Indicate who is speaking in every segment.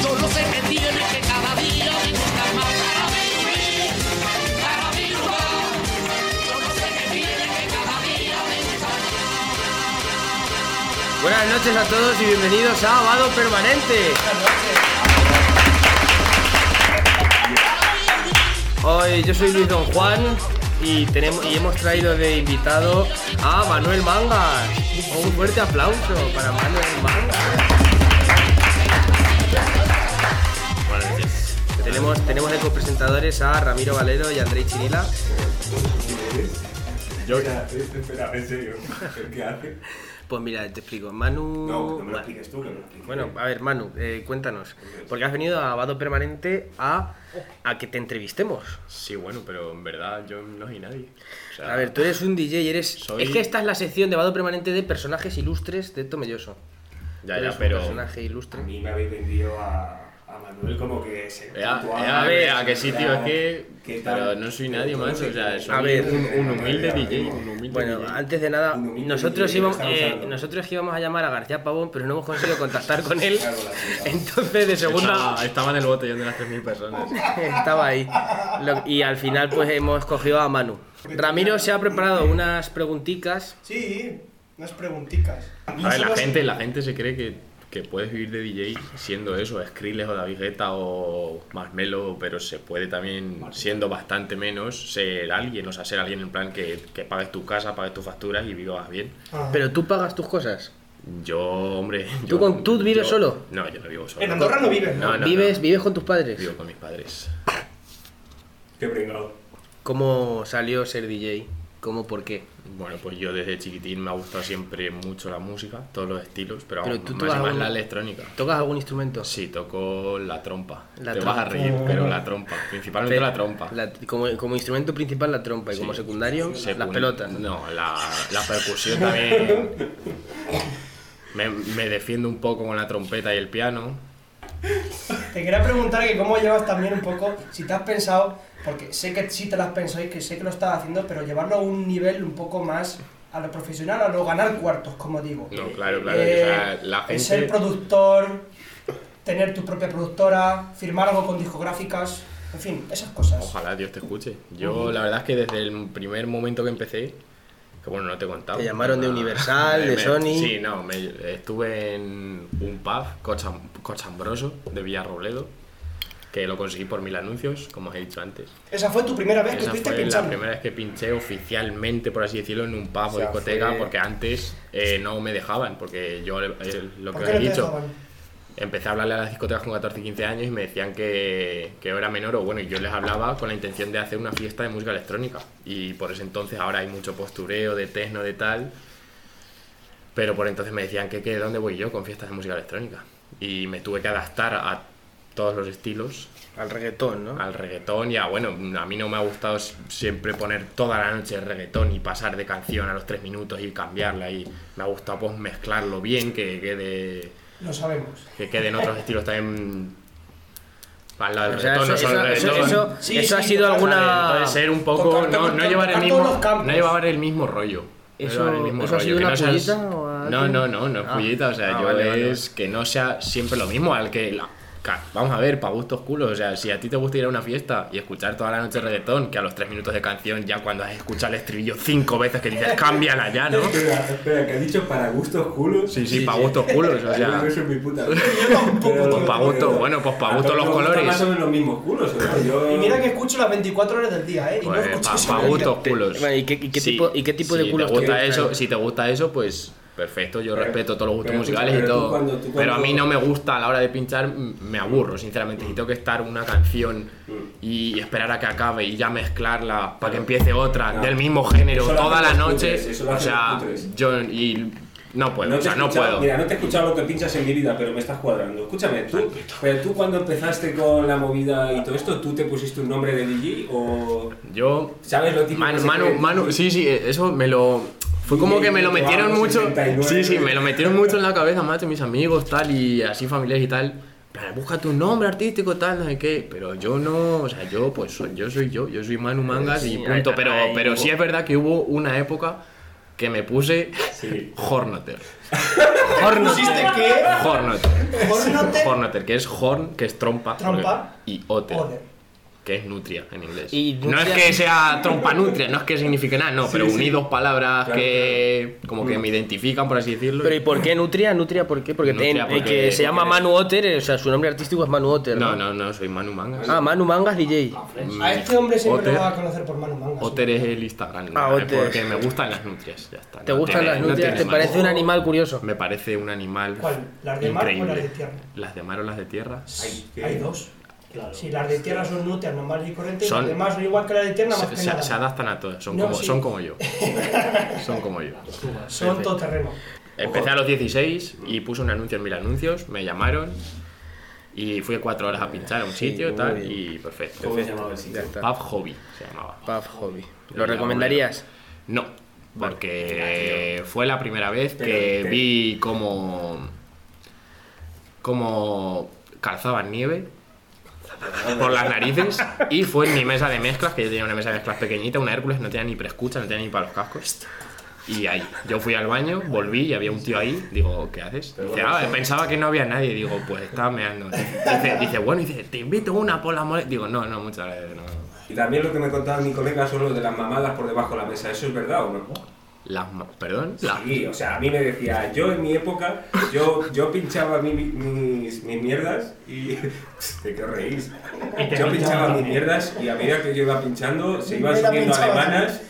Speaker 1: sensaciones que cada día me gustan más. Para vivir, para mi lugar. Yo no sé qué tiene que cada día me gusta
Speaker 2: Buenas noches a todos y bienvenidos a Abado Permanente. Hoy yo soy Luis Don Juan y, tenemos, y hemos traído de invitado a Manuel Mangas. Un fuerte aplauso para Manuel Mangas. Tenemos, tenemos de copresentadores a Ramiro Valero y Andrei Chinila.
Speaker 3: Yo... Espera, espera, en serio. ¿Qué hace?
Speaker 2: Pues mira, te explico. Manu.
Speaker 3: No, no me lo
Speaker 2: Ma-
Speaker 3: expliques tú, que me lo expliques.
Speaker 2: Bueno, a ver, Manu, eh, cuéntanos. Porque has venido a Abado Permanente a, a que te entrevistemos.
Speaker 4: Sí, bueno, pero en verdad yo no soy nadie. O sea,
Speaker 2: A ver, tú eres un DJ y eres.
Speaker 4: Soy-
Speaker 2: Es que esta es la sección de Abado Permanente de personajes ilustres de Tomelloso.
Speaker 4: ya,
Speaker 2: Tú
Speaker 4: ya,
Speaker 2: eres
Speaker 4: pero.
Speaker 2: Un personaje
Speaker 3: A
Speaker 2: ilustre.
Speaker 3: mí me habéis vendido a, a Manuel como que es el
Speaker 4: Ea,
Speaker 3: puto
Speaker 4: ea,
Speaker 3: amo,
Speaker 4: ea,
Speaker 3: el
Speaker 4: ah, eh, que sí, tío, es que-
Speaker 3: ¿qué tal?
Speaker 4: pero no soy
Speaker 3: Pero
Speaker 4: nadie,
Speaker 3: todo
Speaker 4: macho,
Speaker 3: se-
Speaker 4: o sea, soy
Speaker 2: A ver,
Speaker 4: un- un humilde
Speaker 3: a ver,
Speaker 4: DJ,
Speaker 3: a ver.
Speaker 4: un humilde
Speaker 2: Bueno,
Speaker 4: DJ.
Speaker 2: antes de nada,
Speaker 3: Un humilde
Speaker 2: nosotros,
Speaker 3: DJ,
Speaker 2: íbamos,
Speaker 3: estamos
Speaker 2: eh,
Speaker 3: hablando.
Speaker 2: nosotros que íbamos a llamar a García Pavón, pero no hemos conseguido contactar con él.
Speaker 3: Claro, la chica.
Speaker 2: Entonces, de segunda.
Speaker 4: Estaba, estaba en el botellón de las 3.000 personas.
Speaker 2: Estaba ahí. Lo- y al final, pues hemos escogido a Manu. Ramiro se ha preparado unas preguntitas.
Speaker 5: Sí, unas preguntitas.
Speaker 4: A ver, la gente, la gente se cree que, que puedes vivir de DJ siendo eso, Skrillex o David Guetta o Marshmello, pero se puede también, siendo bastante menos, ser alguien, o sea, ser alguien en plan que, que pagues tu casa, pagues tus facturas y vivas bien.
Speaker 5: Ah.
Speaker 2: Pero tú pagas tus cosas.
Speaker 4: Yo, hombre.
Speaker 2: ¿Tú
Speaker 4: yo-
Speaker 2: con- tú vives
Speaker 4: yo-
Speaker 2: solo?
Speaker 4: No, yo no vivo solo.
Speaker 5: en Andorra no vives, ¿no?
Speaker 4: No, no,
Speaker 2: ¿Vives,
Speaker 4: no.
Speaker 2: ¿Vives con tus padres?
Speaker 4: Vivo con mis padres.
Speaker 3: Qué pringado.
Speaker 2: ¿Cómo salió ser DJ? ¿Cómo, por qué?
Speaker 4: Bueno, pues yo desde chiquitín me ha gustado siempre mucho la música, todos los estilos, pero,
Speaker 2: Pero
Speaker 4: vamos,
Speaker 2: tú
Speaker 4: más,
Speaker 2: tocas
Speaker 4: más
Speaker 2: algún-
Speaker 4: la electrónica.
Speaker 2: ¿Tocas algún instrumento?
Speaker 4: Sí, toco la trompa.
Speaker 2: La
Speaker 4: Te
Speaker 2: trompa.
Speaker 4: vas a reír, pero la trompa. Principalmente la trompa.
Speaker 2: La- como, como instrumento principal la trompa y
Speaker 4: Sí.
Speaker 2: como secundario las
Speaker 4: Secun-
Speaker 2: pelotas.
Speaker 4: No, la, la percusión también. me, me defiendo un poco con la trompeta y el piano.
Speaker 5: Te quería preguntar que cómo llevas también un poco, si te has pensado, porque sé que sí te las pensáis, que sé que lo estás haciendo, pero llevarlo a un nivel un poco más a lo profesional, a lo ganar cuartos, como digo.
Speaker 4: No, claro, claro.
Speaker 5: Eh,
Speaker 4: o sea, la gente.
Speaker 5: el ser productor, tener tu propia productora, firmar algo con discográficas, en fin, esas cosas.
Speaker 4: Ojalá Dios te escuche. Yo, la verdad es que desde el primer momento que empecé, que bueno, no te he contado.
Speaker 2: Te llamaron de
Speaker 4: Ah,
Speaker 2: Universal, de
Speaker 4: me-
Speaker 2: Sony.
Speaker 4: Sí, no, me- estuve en un pub, Cocham- Cochambroso, de Villarrobledo, que lo conseguí por mil anuncios, como os he dicho antes.
Speaker 5: Esa fue tu primera vez que
Speaker 4: Esa
Speaker 5: estuviste
Speaker 4: fue
Speaker 5: pensando.
Speaker 4: la primera vez que pinché oficialmente, por así decirlo, en un pub o,
Speaker 2: sea,
Speaker 4: discoteca,
Speaker 2: fue-
Speaker 4: porque antes eh, no me dejaban, porque yo, eh, lo que
Speaker 5: ¿Por
Speaker 4: os
Speaker 5: qué
Speaker 4: he
Speaker 5: no te
Speaker 4: dicho,
Speaker 5: dejaban?
Speaker 4: empecé a hablarle a las discotecas con 14 y 15 años y me decían que, que yo era menor o bueno, y yo les hablaba con la intención de hacer una fiesta de música electrónica. Y por ese entonces ahora hay mucho postureo de techno, de tal. Pero por entonces me decían que, que ¿dónde voy yo con fiestas de música electrónica? Y me tuve que adaptar a todos los estilos,
Speaker 2: Al reggaetón, ¿no?
Speaker 4: al reggaetón y a, bueno, a mí no me ha gustado s- siempre poner toda la noche reggaetón y pasar de canción a los tres minutos y cambiarla y me ha gustado pues mezclarlo bien, que quede
Speaker 5: Lo sabemos.
Speaker 4: que queden otros estilos también al lado del
Speaker 2: O sea,
Speaker 4: reggaetón,
Speaker 2: eso,
Speaker 4: no
Speaker 2: eso-
Speaker 4: solo el
Speaker 2: eso-
Speaker 4: reggaetón.
Speaker 2: eso-
Speaker 5: Sí,
Speaker 2: eso ha
Speaker 5: sí,
Speaker 2: sido
Speaker 5: total.
Speaker 2: alguna...
Speaker 4: Entonces, ser un poco
Speaker 5: Tocar-
Speaker 4: no,
Speaker 5: tocar-
Speaker 4: no llevar el
Speaker 5: tocar todos
Speaker 4: mismo
Speaker 5: los campos.
Speaker 4: no llevar el mismo rollo No
Speaker 2: Eso-
Speaker 4: llevar el mismo
Speaker 2: eso ha
Speaker 4: rollo,
Speaker 2: sido
Speaker 4: que
Speaker 2: una
Speaker 4: no seas-
Speaker 2: pullita o algo?
Speaker 4: no no no no es
Speaker 2: Ah.
Speaker 4: pullita o sea
Speaker 2: Ah,
Speaker 4: yo
Speaker 2: vale, vale,
Speaker 4: es que no sea siempre lo mismo al que la- ca- vamos a ver para gustos culos o sea si a ti te gusta ir a una fiesta y escuchar toda la noche reggaetón que a los tres minutos de canción ya cuando has escuchado el estribillo cinco veces que dices cámbiala ya no
Speaker 3: Ah, Espera, espera, que has dicho para gustos culos.
Speaker 4: sí sí para gustos culos o sea
Speaker 3: Yo eso es mi puta.
Speaker 4: Pues pa' gusto, bueno, pues pa'
Speaker 3: A
Speaker 4: gusto
Speaker 3: todos
Speaker 4: los
Speaker 3: nos gustan
Speaker 4: colores.
Speaker 3: Más o menos los mismos culos, ¿no? Yo...
Speaker 5: Y mira que escucho las 24 horas del día, ¿eh? Y no escucho
Speaker 4: Pues,
Speaker 5: eso.
Speaker 4: para gustos culos.
Speaker 2: Bueno, ¿y qué- y qué tipo- y qué tipo de
Speaker 4: si
Speaker 2: culos
Speaker 4: te gusta
Speaker 2: quieres?
Speaker 4: eso, Si te gusta eso, pues perfecto, yo
Speaker 3: Pero-
Speaker 4: respeto todos los gustos
Speaker 3: pero tú-
Speaker 4: musicales
Speaker 3: pero
Speaker 4: y
Speaker 3: tú
Speaker 4: todo.
Speaker 3: cuando- tú
Speaker 4: pero a
Speaker 3: cuando- Mm.
Speaker 4: mí no me gusta a la hora de pinchar, m- me aburro, sinceramente. Si tengo que estar una canción y esperar a que acabe y ya mezclarla para que empiece otra
Speaker 3: No.
Speaker 4: del mismo género
Speaker 3: Eso lo
Speaker 4: toda la
Speaker 3: hacen los
Speaker 4: noche,
Speaker 3: cutres, eso lo
Speaker 4: o
Speaker 3: hacen
Speaker 4: sea,
Speaker 3: los cutres.
Speaker 4: yo y no puedo,
Speaker 3: No
Speaker 4: o
Speaker 3: te
Speaker 4: sea,
Speaker 3: he
Speaker 4: no
Speaker 3: escuchado-
Speaker 4: puedo.
Speaker 3: Mira, no te he escuchado lo que pinchas en mi vida, pero me estás cuadrando. Escúchame, tú, pero tú cuando empezaste con la movida y todo esto, ¿tú te pusiste un nombre de DJ o...?
Speaker 4: Yo
Speaker 3: ¿Sabes lo típico? que
Speaker 4: Manu,
Speaker 3: se
Speaker 4: Manu,
Speaker 3: cree?
Speaker 4: Manu, sí, sí, eso me lo. Fue como que me lo metieron mucho. Sí, sí, me lo metieron mucho en la cabeza, macho, mis amigos, tal, y así familiares y tal. En plan, Busca tu nombre artístico, tal, no sé qué. Pero yo no, o sea, yo, pues, soy- yo soy yo, yo soy Manu Mangas y
Speaker 2: Sí,
Speaker 4: punto.
Speaker 2: ahí-
Speaker 4: Pero,
Speaker 2: ahí
Speaker 4: pero
Speaker 2: hubo-
Speaker 4: sí es verdad que hubo una época que me puse
Speaker 3: Sí.
Speaker 4: Hornoter. ¿Pusiste qué? Hornoter.
Speaker 5: Hornote,
Speaker 4: Hornoter, que es horn, que es trompa.
Speaker 5: Trompa.
Speaker 4: porque- Y otter,
Speaker 5: Oder.
Speaker 4: que es nutria en inglés.
Speaker 2: Y
Speaker 4: no es
Speaker 2: nutria-
Speaker 4: que sea trompa nutria, no es que signifique nada, no, pero
Speaker 3: sí.
Speaker 4: uní dos palabras
Speaker 3: Claro,
Speaker 4: que como que me identifican, por así decirlo.
Speaker 2: Pero ¿y por qué Nutria? Nutria, ¿por qué? Porque,
Speaker 4: Nutria,
Speaker 2: ten-
Speaker 4: porque-
Speaker 2: eh, que se llama
Speaker 4: porque-
Speaker 2: Manu Otter, eh, o sea, su nombre artístico es Manu Otter.
Speaker 4: No, no, no, soy Manu Mangas.
Speaker 2: Ah, Manu Mangas DJ.
Speaker 5: A este hombre siempre
Speaker 4: Otter.
Speaker 5: lo vas a conocer por Manu Manga.
Speaker 4: Otter es el Instagram.
Speaker 2: Ah,
Speaker 4: ¿no?
Speaker 2: Otter.
Speaker 4: Porque me gustan las nutrias. Ya está.
Speaker 2: ¿Te
Speaker 4: No
Speaker 2: gustan
Speaker 4: tiene-
Speaker 2: las
Speaker 4: no
Speaker 2: nutrias?
Speaker 4: tiene
Speaker 2: ¿Te
Speaker 4: más.
Speaker 2: parece un animal curioso?
Speaker 4: Me parece un animal.
Speaker 5: ¿Cuál? ¿Las de mar o
Speaker 4: increíble.
Speaker 5: las de tierra?
Speaker 4: Las de mar o las de tierra.
Speaker 3: Ay, qué-
Speaker 5: Hay dos. Si las de tierra son nutrias, normales y corrientes,
Speaker 4: Son-
Speaker 5: las demás son igual que las de tierra, más
Speaker 4: Se,
Speaker 5: que
Speaker 4: se-
Speaker 5: nada.
Speaker 4: se adaptan a todas. Son,
Speaker 5: No,
Speaker 4: como,
Speaker 5: sí.
Speaker 4: son como yo. son como yo.
Speaker 5: son todoterreno.
Speaker 4: Empecé a los 16 y puse un anuncio en mil anuncios. Me llamaron. Y fui cuatro horas a pinchar a un sitio
Speaker 2: muy
Speaker 4: tal.
Speaker 2: bien.
Speaker 4: Y perfecto.
Speaker 3: ¿Cómo se llamaba el sitio?
Speaker 4: Pub Hobby se llamaba.
Speaker 2: Puff Hobby.
Speaker 4: Ya,
Speaker 2: ¿Lo recomendarías?
Speaker 4: No, porque fue la primera vez
Speaker 3: Pero,
Speaker 4: que
Speaker 3: pero-
Speaker 4: vi cómo, cómo calzaban nieve por las narices y fue en mi mesa de mezclas, que yo tenía una mesa de mezclas pequeñita, una Hércules, no tenía ni preescucha, no tenía ni para los cascos. Y ahí, yo fui al baño, volví y había un tío ahí. Digo, ¿qué haces? Dice, ah, pensaba que no había nadie. Digo, pues estaba meando. Dice, dice, bueno, dice, te invito una por la mole. Digo, no, no, muchas gracias. no".
Speaker 3: Y también lo que me contaba mi colega son lo de las mamadas por debajo de la mesa. ¿Eso es verdad o no?
Speaker 4: Las, ma- perdón, las
Speaker 3: Sí, o sea, a mí me decía, yo en mi época, yo, yo pinchaba mi- mis, mis mierdas y... ¿De qué os reís? Yo pinchaba mis mierdas y a medida que yo iba pinchando, se iban
Speaker 5: Yo la
Speaker 3: subiendo
Speaker 5: pinchaba.
Speaker 3: alemanas,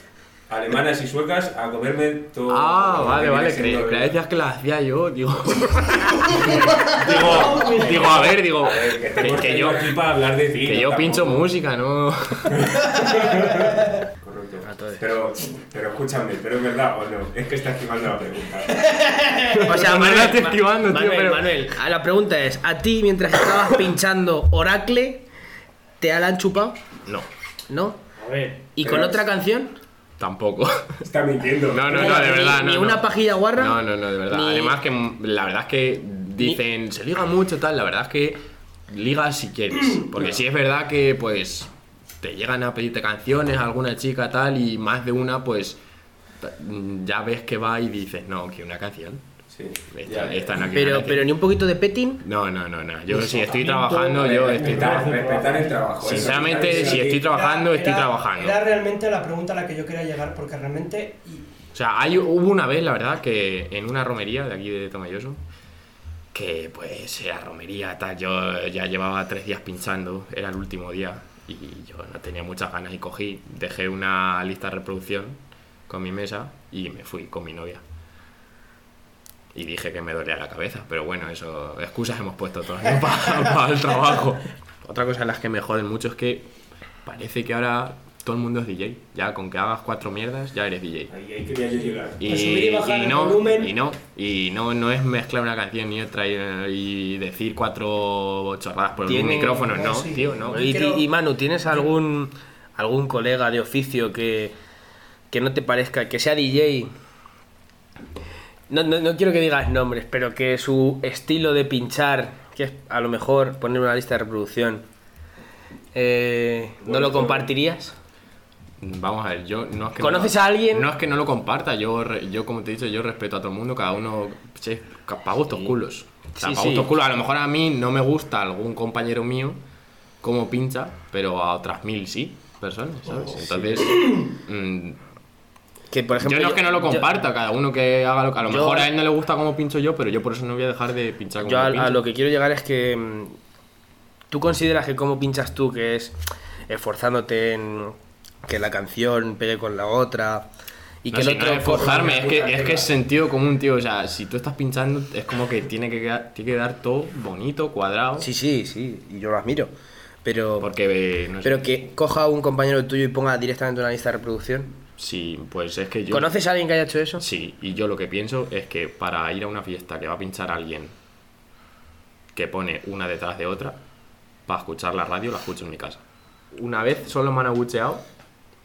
Speaker 3: alemanas y suecas a comerme todo...
Speaker 4: Ah,
Speaker 3: lo que
Speaker 4: vale,
Speaker 3: viene
Speaker 4: vale,
Speaker 3: siendo
Speaker 4: cre-
Speaker 3: el-
Speaker 4: creías que las hacía yo, digo. digo, digo, a ver, digo,
Speaker 3: A ver, que, te
Speaker 4: que,
Speaker 3: hemos
Speaker 4: que
Speaker 3: traído
Speaker 4: yo,
Speaker 3: aquí para hablar de ti,
Speaker 4: que
Speaker 3: no
Speaker 4: yo
Speaker 3: tampoco.
Speaker 4: pincho música, ¿no?
Speaker 3: Correcto.
Speaker 2: A todos.
Speaker 3: Pero, pero escúchame, ¿pero es verdad o no? Es que está esquivando la
Speaker 2: O
Speaker 3: pregunta.
Speaker 4: Pero me
Speaker 2: Manuel,
Speaker 4: estás esquivando, tío,
Speaker 2: Manuel,
Speaker 4: pero-
Speaker 2: Manuel, a la pregunta es, ¿a ti mientras estabas pinchando Oracle, te la han chupado?
Speaker 4: No,
Speaker 2: ¿No?
Speaker 6: A ver.
Speaker 2: ¿Y
Speaker 3: Pero-
Speaker 2: con otra canción?
Speaker 4: tampoco.
Speaker 3: Está mintiendo.
Speaker 4: No, no,
Speaker 2: Ni-
Speaker 4: no, de
Speaker 2: ni-
Speaker 4: verdad, no.
Speaker 2: ni
Speaker 4: no.
Speaker 2: una pajilla guarra,
Speaker 4: No, no, no, de verdad.
Speaker 2: ni-
Speaker 4: Además, que mm, la verdad es que dicen, se liga mucho, tal, la verdad es que liga si quieres. Porque si es verdad que, pues, te llegan a pedirte canciones a alguna chica, tal, y más de una, pues, ta- mm, ya ves que va y dices, no, que una canción.
Speaker 3: Sí,
Speaker 4: Esta,
Speaker 3: ya.
Speaker 4: esta no, que una
Speaker 2: Pero,
Speaker 4: canción.
Speaker 2: pero ni un poquito de petting.
Speaker 4: No, no, no, no. Yo si estoy trabajando, yo estoy
Speaker 3: Respetar,
Speaker 4: trabajando.
Speaker 3: respetar el trabajo.
Speaker 4: Sinceramente, si estoy trabajando,
Speaker 5: Era-
Speaker 4: estoy
Speaker 5: era-
Speaker 4: trabajando.
Speaker 5: Era realmente la pregunta a la que yo quería llegar, porque realmente. y-
Speaker 4: O sea, hay, hubo una vez, la verdad, que en una romería de aquí de Tomayoso, que pues era romería, tal, yo ya llevaba tres días pinchando, era el último día, y yo no tenía muchas ganas y cogí, dejé una lista de reproducción con mi mesa y me fui con mi novia. Y dije que me dolía la cabeza, pero bueno, eso, excusas hemos puesto todas ¿no? para, el trabajo. Otra cosa en las que me joden mucho es que parece que ahora todo el mundo es DJ. Ya con que hagas cuatro mierdas, ya eres DJ.
Speaker 3: Ahí, ahí quería yo llegar.
Speaker 4: Y,
Speaker 5: Pues subir y bajar
Speaker 4: Eh, y
Speaker 5: el
Speaker 4: no,
Speaker 5: volumen.
Speaker 4: y no, y no, no es mezclar una canción y otra y, y decir cuatro chorradas por un
Speaker 2: Tiene-
Speaker 4: micrófono, no,
Speaker 5: no, sí.
Speaker 4: tío, no.
Speaker 2: Y,
Speaker 5: creo-
Speaker 2: y- y Manu, ¿tienes algún, algún colega de oficio que, que no te parezca, que sea DJ? No, no, no quiero que digas nombres, pero que su estilo de pinchar, que es a lo mejor poner una lista de reproducción, eh, ¿no
Speaker 3: Bueno,
Speaker 2: lo compartirías?
Speaker 4: Vamos a ver, yo no es que
Speaker 2: ¿Conoces
Speaker 4: no,
Speaker 2: a alguien?
Speaker 4: No es que no lo comparta, yo, re- yo como te he dicho, yo respeto a todo el mundo, cada uno che, ca- pa' gustos culos. O sea,
Speaker 2: Sí,
Speaker 4: pa'
Speaker 2: sí.
Speaker 4: gustos culos. A lo mejor a mí no me gusta algún compañero mío como pincha, pero a otras mil sí personas,
Speaker 2: Oh,
Speaker 4: ¿sabes? Entonces, mm,
Speaker 2: Que por ejemplo,
Speaker 4: yo no es que no lo
Speaker 2: yo-
Speaker 4: comparta, cada uno que haga lo que. A lo
Speaker 2: yo-
Speaker 4: mejor a él no le gusta cómo pincho yo, pero yo por eso no voy a dejar de pinchar como
Speaker 2: Yo a,
Speaker 4: pincho.
Speaker 2: a lo que quiero llegar es que mm, tú consideras que cómo pinchas tú, que es esforzándote en que la canción pegue con la otra y
Speaker 4: No,
Speaker 2: que
Speaker 4: si
Speaker 2: el
Speaker 4: no
Speaker 2: otro
Speaker 4: es forzarme, es que, es
Speaker 3: mierda.
Speaker 4: que es sentido común, tío. O sea, si tú estás pinchando, es como que tiene que quedar, tiene que quedar todo bonito, cuadrado.
Speaker 2: Sí, sí, sí, y yo lo admiro. Pero,
Speaker 4: Porque, eh, no sé,
Speaker 2: pero que coja un compañero tuyo y ponga directamente una lista de reproducción.
Speaker 4: Sí, pues es que yo.
Speaker 2: ¿Conoces a alguien que haya hecho eso?
Speaker 4: Sí, y yo lo que pienso es que para ir a una fiesta que va a pinchar alguien que pone una detrás de otra, para escuchar la radio la escucho en mi casa. Una vez solo me han abucheado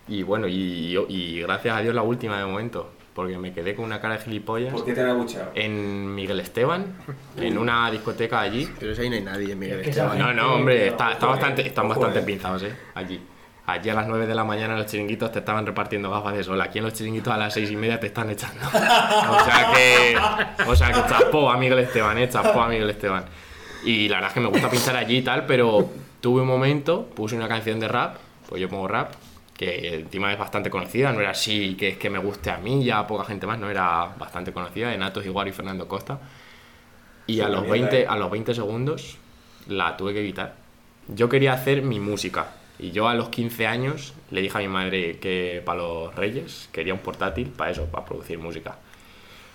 Speaker 4: y bueno, y, y gracias a Dios la última de momento, porque me quedé con una cara de gilipollas
Speaker 3: ¿Por qué te han abuchado?
Speaker 4: Eh, en Miguel Esteban, en una discoteca allí.
Speaker 2: Pero eso ahí no hay nadie, este Miguel
Speaker 6: Es que
Speaker 2: Esteban.
Speaker 6: esa-
Speaker 4: Este, No, no, hombre, está, está
Speaker 3: Ojo, eh.
Speaker 4: bastante, están
Speaker 3: Ojo,
Speaker 4: bastante
Speaker 3: eh.
Speaker 4: pinzados, eh, allí. Allí a las 9 de la mañana en los chiringuitos te estaban repartiendo gafas de sol. Aquí en los chiringuitos a las 6 y media te están echando. O sea que. O sea que chapó a Miguel Esteban, eh. Chapó a Miguel Esteban. Y la verdad es que me gusta pinchar allí y tal, pero tuve un momento, puse una canción de rap, pues yo pongo rap, que encima es bastante conocida, no era así que es que me guste a mí, ya poca gente más, no era bastante conocida, de Natos Iguaro y Fernando Costa. Y a
Speaker 3: Puta
Speaker 4: los,
Speaker 3: mierda,
Speaker 4: 20,
Speaker 3: eh.
Speaker 4: a los 20 segundos la tuve que evitar. Yo quería hacer mi música. Y yo a los 15 años le dije a mi madre que para los Reyes quería un portátil para eso, para producir música.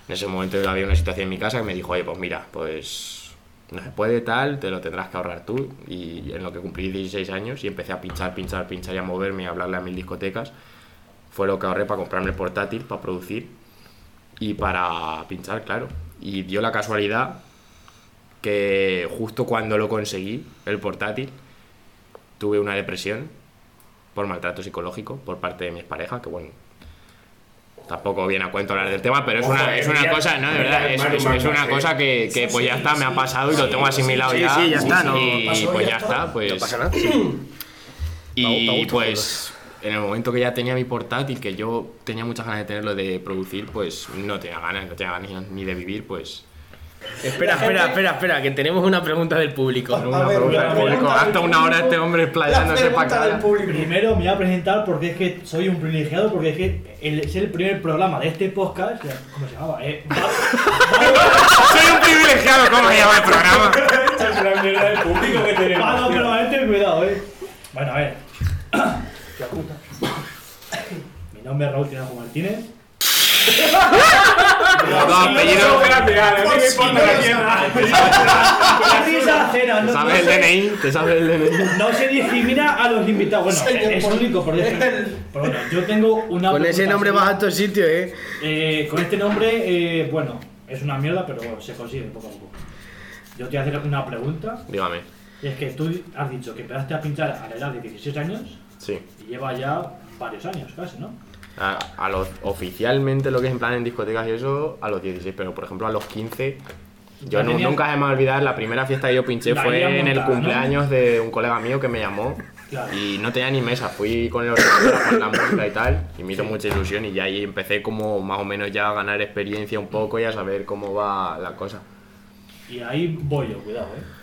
Speaker 4: En ese momento había una situación en mi casa que me dijo, oye, pues mira, pues no se puede tal, te lo tendrás que ahorrar tú. Y en lo que cumplí 16 años y empecé a pinchar, pinchar, pinchar y a moverme y a hablarle a mil discotecas, fue lo que ahorré para comprarme el portátil, para producir y para pinchar, claro. Y dio la casualidad que justo cuando lo conseguí, el portátil, tuve una depresión por maltrato psicológico por parte de mis parejas, que bueno, tampoco viene a cuento hablar del tema, pero es
Speaker 3: Ojo,
Speaker 4: una,
Speaker 3: eh,
Speaker 4: es una
Speaker 3: mira,
Speaker 4: cosa, ¿no? De
Speaker 3: mira,
Speaker 4: verdad, es,
Speaker 3: hermano,
Speaker 4: es-
Speaker 3: hermano,
Speaker 4: es una
Speaker 3: eh.
Speaker 4: cosa que, que pues ya está, me ha pasado y lo tengo asimilado
Speaker 2: sí,
Speaker 4: ya.
Speaker 2: sí, ya está, no-
Speaker 4: y
Speaker 5: pasó,
Speaker 4: pues
Speaker 5: ya
Speaker 4: ya
Speaker 5: está.
Speaker 4: está, pues...
Speaker 2: No pasa nada.
Speaker 4: Y
Speaker 2: Pa- pa' gusto,
Speaker 4: pues en el momento que ya tenía mi portátil, que yo tenía muchas ganas de tenerlo, de producir, pues no tenía ganas, no tenía ganas ni, ni de vivir, pues...
Speaker 2: Espera, espera, espera, espera, que tenemos una pregunta del público.
Speaker 5: A ver,
Speaker 4: pregunta del
Speaker 5: la
Speaker 4: público.
Speaker 5: pregunta del
Speaker 4: Hasta una hora este hombre
Speaker 5: La
Speaker 4: explayándose para
Speaker 5: pregunta del
Speaker 4: acá.
Speaker 5: público.
Speaker 6: Primero me voy a presentar porque es que soy un privilegiado, porque es que el- es el primer programa de este podcast. que- ¿Cómo se llamaba? Eh,
Speaker 4: Soy un privilegiado, ¿cómo se llama el programa?
Speaker 3: Esa es la mierda del público que tenemos.
Speaker 6: Palo
Speaker 3: tío.
Speaker 6: permanente, cuidado, eh. Bueno, a ver. La puta. Mi nombre es Raúl Tinajo Martínez.
Speaker 4: Los dos
Speaker 3: No,
Speaker 4: apellidos,
Speaker 3: espérate, a mí me importa la
Speaker 6: Esa cena, Ah, no,
Speaker 4: ¿Sabes el
Speaker 6: no se-
Speaker 4: DNI? ¿Te sabes el DNI?
Speaker 6: No se discrimina a los invitados. Bueno,
Speaker 5: Señor
Speaker 6: es
Speaker 5: Poli-
Speaker 6: único, por decir. Pero bueno, yo tengo una.
Speaker 2: Con ese
Speaker 6: preocupación.
Speaker 2: nombre vas a estos sitios, ¿eh?
Speaker 6: Eh, con este nombre, eh, bueno, es una mierda, pero bueno, se consigue poco a poco. Yo te voy a hacer una pregunta.
Speaker 4: Dígame.
Speaker 6: Y es que tú has dicho que empezaste a pinchar a la edad de 16 años
Speaker 4: Sí.
Speaker 6: y lleva ya varios años casi, ¿no?
Speaker 4: A, a los, oficialmente lo que es en plan en discotecas y eso, a los 16, pero por ejemplo a los 15, yo
Speaker 6: Ya
Speaker 4: nu-
Speaker 6: tenías-
Speaker 4: nunca se me va a olvidar, la primera fiesta que yo pinché
Speaker 6: La
Speaker 4: fue
Speaker 6: idea
Speaker 4: en el
Speaker 6: montada, ¿no?
Speaker 4: cumpleaños de un colega mío que me llamó
Speaker 6: Claro.
Speaker 4: y no tenía ni mesa, fui con el ordenador a poner la música y tal, y me hizo mucha ilusión y ya ahí empecé como más o menos ya a ganar experiencia un poco y a saber cómo va la cosa.
Speaker 6: Y ahí voy yo, cuidado, eh.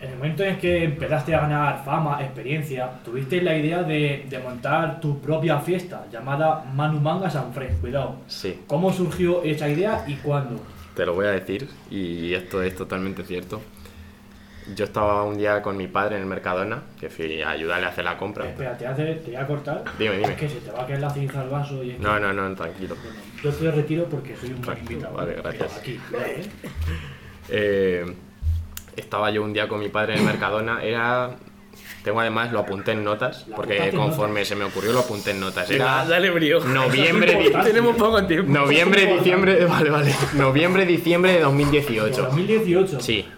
Speaker 6: En el momento en que empezaste a ganar fama, experiencia, tuviste la idea de, de montar tu propia fiesta llamada Manu Manga Sanfres, cuidado.
Speaker 4: Sí.
Speaker 6: ¿Cómo surgió esa idea y cuándo?
Speaker 4: Te lo voy a decir, y esto es totalmente cierto. Yo estaba un día con mi padre en el Mercadona, que fui a ayudarle a hacer la compra.
Speaker 6: Espera, te, hace- te voy a cortar.
Speaker 4: Dime, dime.
Speaker 6: Es que se te va a caer la ceniza al vaso y es que-
Speaker 4: No, no, no, tranquilo.
Speaker 6: Bueno, yo te retiro porque soy un buen
Speaker 4: Tranquilo,
Speaker 6: invitado.
Speaker 4: vale,
Speaker 6: Pero
Speaker 4: gracias.
Speaker 6: Aquí, cuidado, eh.
Speaker 4: Eh, estaba yo un día con mi padre en el Mercadona, era... Tengo además, lo apunté en notas,
Speaker 6: Lo
Speaker 4: porque
Speaker 6: apuntaste en
Speaker 4: conforme se me ocurrió lo apunté en notas. Era
Speaker 2: Dale brío.
Speaker 4: noviembre, di-
Speaker 6: importante.
Speaker 2: Tenemos poco tiempo.
Speaker 4: noviembre, diciembre... Vale, vale. Noviembre, diciembre de
Speaker 6: En
Speaker 4: 2018.
Speaker 6: 2018.
Speaker 4: Sí.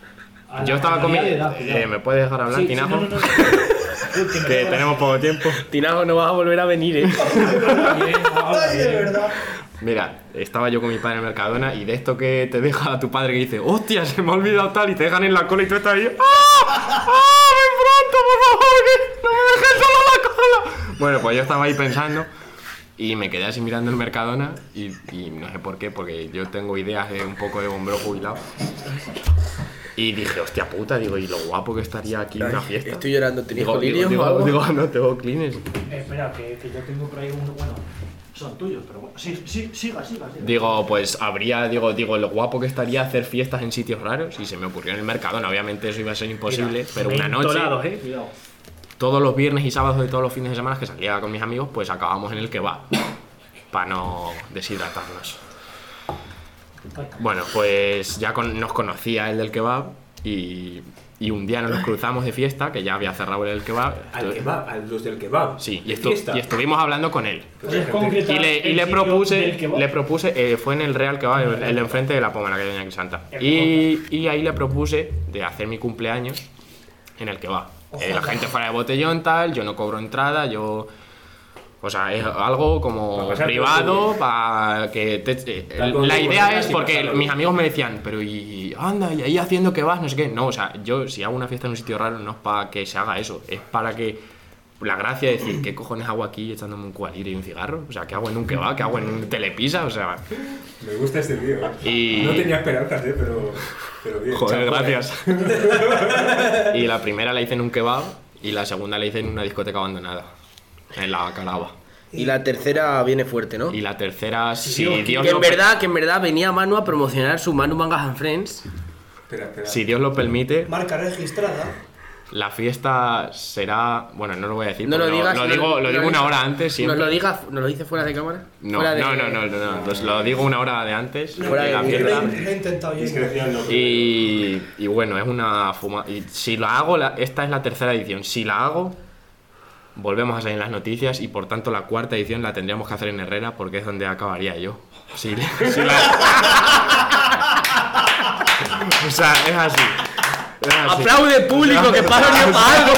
Speaker 6: A la
Speaker 4: Yo estaba con mi...
Speaker 6: mayoría de edad, cuidado.
Speaker 4: eh, ¿Me puedes dejar hablar,
Speaker 6: Sí, sí,
Speaker 4: Tinajo?
Speaker 6: no, no, no. Uy, que me
Speaker 4: Que
Speaker 6: tengo la-
Speaker 4: tenemos poco tiempo.
Speaker 2: Tinajo, no vas a volver a venir, ¿eh?
Speaker 5: Ay, de verdad.
Speaker 4: Mira, estaba yo con mi padre en el Mercadona y de esto que te deja tu padre que dice, hostia, se me ha olvidado tal y te dejan en la cola y tú estás ahí, ¡ah! ¡ah! ¡Ven pronto, por favor! que ¡No me dejes solo en la cola! Bueno, pues yo estaba ahí pensando y me quedé así mirando el Mercadona y, y no sé por qué, porque yo tengo ideas de un poco de bombero jubilado. Y dije, hostia puta, digo, y lo guapo que estaría aquí en una fiesta.
Speaker 2: Estoy llorando, ¿tenéis
Speaker 4: digo, digo,
Speaker 2: colirios o
Speaker 4: digo,
Speaker 2: algo?
Speaker 4: digo, no tengo clines.
Speaker 6: Eh, Espera, que, que yo tengo por ahí uno. Bueno, son tuyos, pero bueno. Sí, sí, siga, siga. siga.
Speaker 4: Digo, pues habría, digo, digo, lo guapo que estaría hacer fiestas en sitios raros y se me ocurrió en el Mercadona. Obviamente eso iba a ser imposible,
Speaker 6: Mira,
Speaker 4: pero
Speaker 6: me
Speaker 4: una
Speaker 6: he
Speaker 4: noche,
Speaker 6: entonado, eh, cuidado.
Speaker 4: todos los viernes y sábados de todos los fines de semana que salía con mis amigos, pues acabamos en el que va, para no deshidratarnos. Bueno, pues ya con- nos conocía el del kebab y, y un día nos los cruzamos de fiesta, que ya había cerrado el del kebab.
Speaker 3: Al kebab, a los del kebab.
Speaker 4: Sí, y,
Speaker 3: De
Speaker 4: estu-
Speaker 3: fiesta.
Speaker 4: y estuvimos hablando con él.
Speaker 6: ¿Puedes concretar
Speaker 4: Y le, y
Speaker 6: el
Speaker 4: le
Speaker 6: sitio
Speaker 4: propuse,
Speaker 6: del que va?
Speaker 4: le propuse eh, fue en el Real que va, el, el de enfrente de la Pómana que hay en Doña Santa.
Speaker 6: El
Speaker 4: Y, y ahí le propuse de hacer mi cumpleaños en el que va. Eh, la gente fuera de botellón, tal, yo no cobro entrada, yo. O sea, es algo
Speaker 3: Para
Speaker 4: como
Speaker 3: pasar todo
Speaker 4: privado, para que te- eh,
Speaker 3: Tal como
Speaker 4: la
Speaker 3: tú
Speaker 4: idea
Speaker 3: quieras
Speaker 4: es
Speaker 3: y
Speaker 4: porque
Speaker 3: pasarlo
Speaker 4: mis
Speaker 3: bien.
Speaker 4: amigos me decían, pero y anda, y ahí haciendo que vas, no sé qué. No, o sea, yo si hago una fiesta en un sitio raro no es para que se haga eso, es para que la gracia de decir, ¿qué cojones hago aquí echándome un cualire y un cigarro? O sea, ¿qué hago en un kebab? ¿Qué hago en un telepisa? O sea,
Speaker 3: Me gusta este tío. ¿eh?
Speaker 4: Y-
Speaker 3: No tenía esperanzas, ¿eh? pero, pero bien.
Speaker 4: joder,
Speaker 3: chapo, ¿eh?
Speaker 4: gracias. y la primera la hice en un kebab y la segunda la hice en una discoteca abandonada, en la Calaba.
Speaker 2: Y la tercera viene fuerte, ¿no?
Speaker 4: Y la tercera, si
Speaker 6: Dios,
Speaker 4: Dios
Speaker 2: que en
Speaker 4: lo-
Speaker 2: verdad, que en verdad venía Manu a promocionar su Manu Mangas and Friends.
Speaker 3: Espera, espera.
Speaker 4: si Dios lo permite,
Speaker 5: Marca registrada.
Speaker 4: la fiesta será. Bueno, no lo voy a decir.
Speaker 2: No lo
Speaker 4: porque
Speaker 2: digas.
Speaker 4: Lo
Speaker 2: no
Speaker 4: digo, lo
Speaker 2: no
Speaker 4: digo una
Speaker 2: digas.
Speaker 4: hora antes siempre.
Speaker 2: ¿Nos lo, diga, ¿Nos lo dice fuera de cámara?
Speaker 4: No,
Speaker 2: Fuera de-
Speaker 4: no, no, no, no, no, pues lo digo una hora de antes
Speaker 2: Fuera
Speaker 4: de la
Speaker 2: de-
Speaker 5: Lo
Speaker 4: fiesta.
Speaker 5: he lo he intentado yo.
Speaker 3: Discreción no.
Speaker 4: Y, y bueno, es una fuma. Y si la hago, la- esta es la tercera edición. Si la hago, volvemos a salir en las noticias y por tanto la cuarta edición la tendríamos que hacer en Herrera porque es donde acabaría yo. Si, si la- o sea, es así. Es así.
Speaker 2: ¡Aplaude público que paga ni para algo!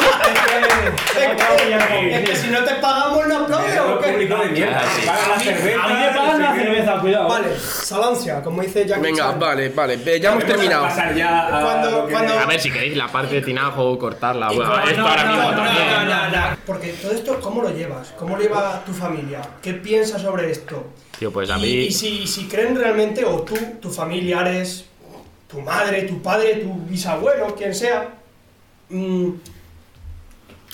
Speaker 5: Es que si no te pagamos, no aplaudes o
Speaker 3: Todo
Speaker 5: qué?
Speaker 3: público de mierda.
Speaker 4: Ah, sí.
Speaker 3: Paga la cerveza.
Speaker 6: A mí me pagan
Speaker 3: no
Speaker 6: la
Speaker 3: sé qué.
Speaker 6: cerveza, cuidado. eh.
Speaker 5: Vale, salancia, como dice Jackie
Speaker 2: Venga,
Speaker 5: Chan.
Speaker 2: vale, vale. eh, Ya hemos
Speaker 3: Vamos a
Speaker 2: terminado.
Speaker 3: pasar ya a
Speaker 5: Cuando-
Speaker 3: lo que-
Speaker 5: cuando-
Speaker 4: A ver, si queréis la parte de Tinajo, cortarla. Bueno,
Speaker 6: no,
Speaker 4: esto
Speaker 6: no,
Speaker 4: ahora
Speaker 6: no,
Speaker 4: mismo
Speaker 6: no, no,
Speaker 4: también.
Speaker 6: no, no, no.
Speaker 5: Porque todo esto, ¿cómo lo llevas? ¿Cómo lo lleva tu familia? ¿Qué piensas sobre esto?
Speaker 4: Tío, pues a
Speaker 5: Y-
Speaker 4: mí-
Speaker 5: Y, si, si creen realmente, o tú, tus familiares, tu madre, tu padre, tu bisabuelo, quien sea, mm,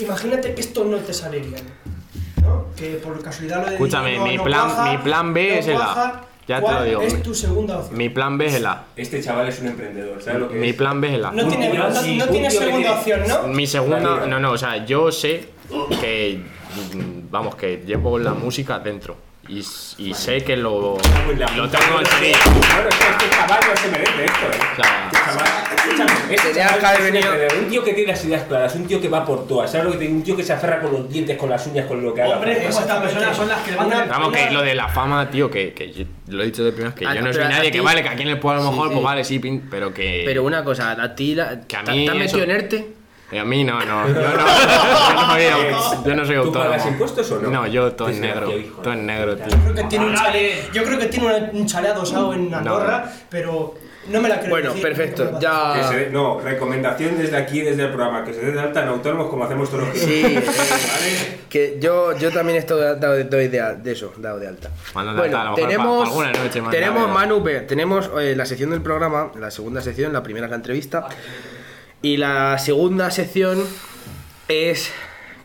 Speaker 5: imagínate que esto no te sale bien. ¿no? Que por casualidad lo de
Speaker 4: Escúchame,
Speaker 5: dinero
Speaker 4: mi plan-
Speaker 5: cuaja,
Speaker 4: mi plan B
Speaker 5: no
Speaker 4: es el A.
Speaker 5: cuaja,
Speaker 4: Ya te
Speaker 5: ¿cuál
Speaker 4: lo digo.
Speaker 5: Es tu segunda opción.
Speaker 4: Mi plan B es el A.
Speaker 3: Este chaval es un emprendedor, ¿sabes lo que
Speaker 4: Mi
Speaker 3: es?
Speaker 4: plan B es el A.
Speaker 5: No,
Speaker 3: Un
Speaker 5: tiene,
Speaker 3: tío
Speaker 5: no,
Speaker 3: así,
Speaker 5: no
Speaker 3: un
Speaker 5: tienes
Speaker 3: tío que
Speaker 5: segunda
Speaker 3: tiene-
Speaker 5: opción, ¿no?
Speaker 4: Mi segunda,
Speaker 3: Dale.
Speaker 4: no, no, o sea, yo sé que, mm, vamos, que llevo la música dentro y, s- y sé que lo,
Speaker 3: Pues la
Speaker 4: lo
Speaker 3: puta
Speaker 4: tengo
Speaker 3: madre.
Speaker 4: entendido.
Speaker 3: Claro, es que este chaval no se merece esto, ¿eh?
Speaker 4: O sea,
Speaker 3: Este chaval- escúchame, este
Speaker 2: Tenía
Speaker 3: chaval
Speaker 2: que haber
Speaker 3: es un
Speaker 2: venido-
Speaker 3: emprendedor, Un tío que tiene las ideas claras, un tío que va por todas, ¿sabes lo que te digo? Un tío que se aferra con los dientes, con las uñas, con lo que haga.
Speaker 5: Hombre,
Speaker 3: falta.
Speaker 5: como estas personas son las que van a...
Speaker 4: vamos, que lo de la fama, tío, que, que yo- lo he dicho de primeras, que
Speaker 2: Ah,
Speaker 4: yo
Speaker 2: no,
Speaker 4: no soy
Speaker 2: pero a
Speaker 4: nadie,
Speaker 2: ti-
Speaker 4: que vale, que aquí en el pueblo a lo
Speaker 2: Sí,
Speaker 4: mejor,
Speaker 2: sí.
Speaker 4: pues vale, sí, pin- pero que,
Speaker 2: Pero una cosa, a ti la,
Speaker 4: Que a
Speaker 2: ¿te-
Speaker 4: mí
Speaker 2: ¿te has metido
Speaker 4: eso-
Speaker 2: en ERTE?
Speaker 4: que Eh, a mí no, no, yo no, yo no soy, au- yo no soy
Speaker 3: ¿Tú
Speaker 4: autónomo.
Speaker 3: pagas impuestos o no?
Speaker 4: No, yo todo en
Speaker 3: Dice,
Speaker 4: negro,
Speaker 3: tío, hijo de-
Speaker 4: todo en negro, tío.
Speaker 5: Yo creo que tiene un chale, yo creo que tiene una- un chale adosado en Andorra, pero no me la creo.
Speaker 2: Bueno,
Speaker 5: decir,
Speaker 2: perfecto,
Speaker 5: porque-
Speaker 3: Que
Speaker 2: ya...
Speaker 3: se dé- no, recomendación desde aquí, desde el programa, que se den de alta en autónomos como hacemos todos los días.
Speaker 2: Sí, eh,
Speaker 3: ¿Vale?
Speaker 2: que yo, yo también estoy dado, doy de, al- de eso, dado de alta.
Speaker 4: Mando de
Speaker 2: bueno,
Speaker 4: alta, a lo mejor
Speaker 2: tenemos,
Speaker 4: pa- pa alguna noche más
Speaker 2: tenemos
Speaker 4: tarde.
Speaker 2: Manu, ve, tenemos eh, la sección del programa, la segunda sección, la primera es la entrevista, y la segunda sección es...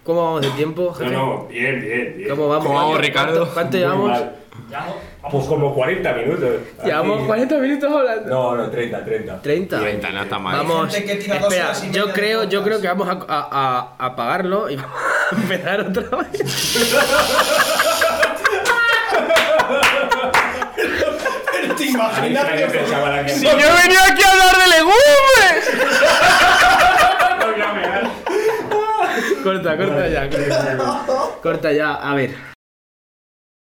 Speaker 2: ¿Cómo vamos de tiempo,
Speaker 3: No,
Speaker 2: jefe?
Speaker 3: no, bien, bien, bien.
Speaker 2: ¿Cómo vamos?
Speaker 4: ¿Cómo vamos,
Speaker 2: ¿Cuánto-
Speaker 4: Ricardo?
Speaker 2: ¿Cuánto
Speaker 3: Muy
Speaker 2: llevamos?
Speaker 3: mal. Pues como 40 minutos.
Speaker 2: Llevamos
Speaker 3: Aquí-
Speaker 2: 40 minutos hablando.
Speaker 3: No, no, 30, 30.
Speaker 2: 30.
Speaker 4: 30, no está mal.
Speaker 2: Vamos,
Speaker 5: Gente que tira dos
Speaker 2: espera,
Speaker 5: horas y media
Speaker 2: yo
Speaker 5: de
Speaker 2: creo, yo
Speaker 5: podcast.
Speaker 2: creo que vamos a, a- a- a apagarlo y vamos a empezar otra vez.
Speaker 3: A
Speaker 5: ¿Te
Speaker 3: mí me
Speaker 5: imaginas?
Speaker 3: parece el chaval aquí.
Speaker 2: yo he venido aquí a hablar de legumbres!
Speaker 3: No, no, no.
Speaker 2: Corta, corta ya, corta ya. Corta ya, a ver.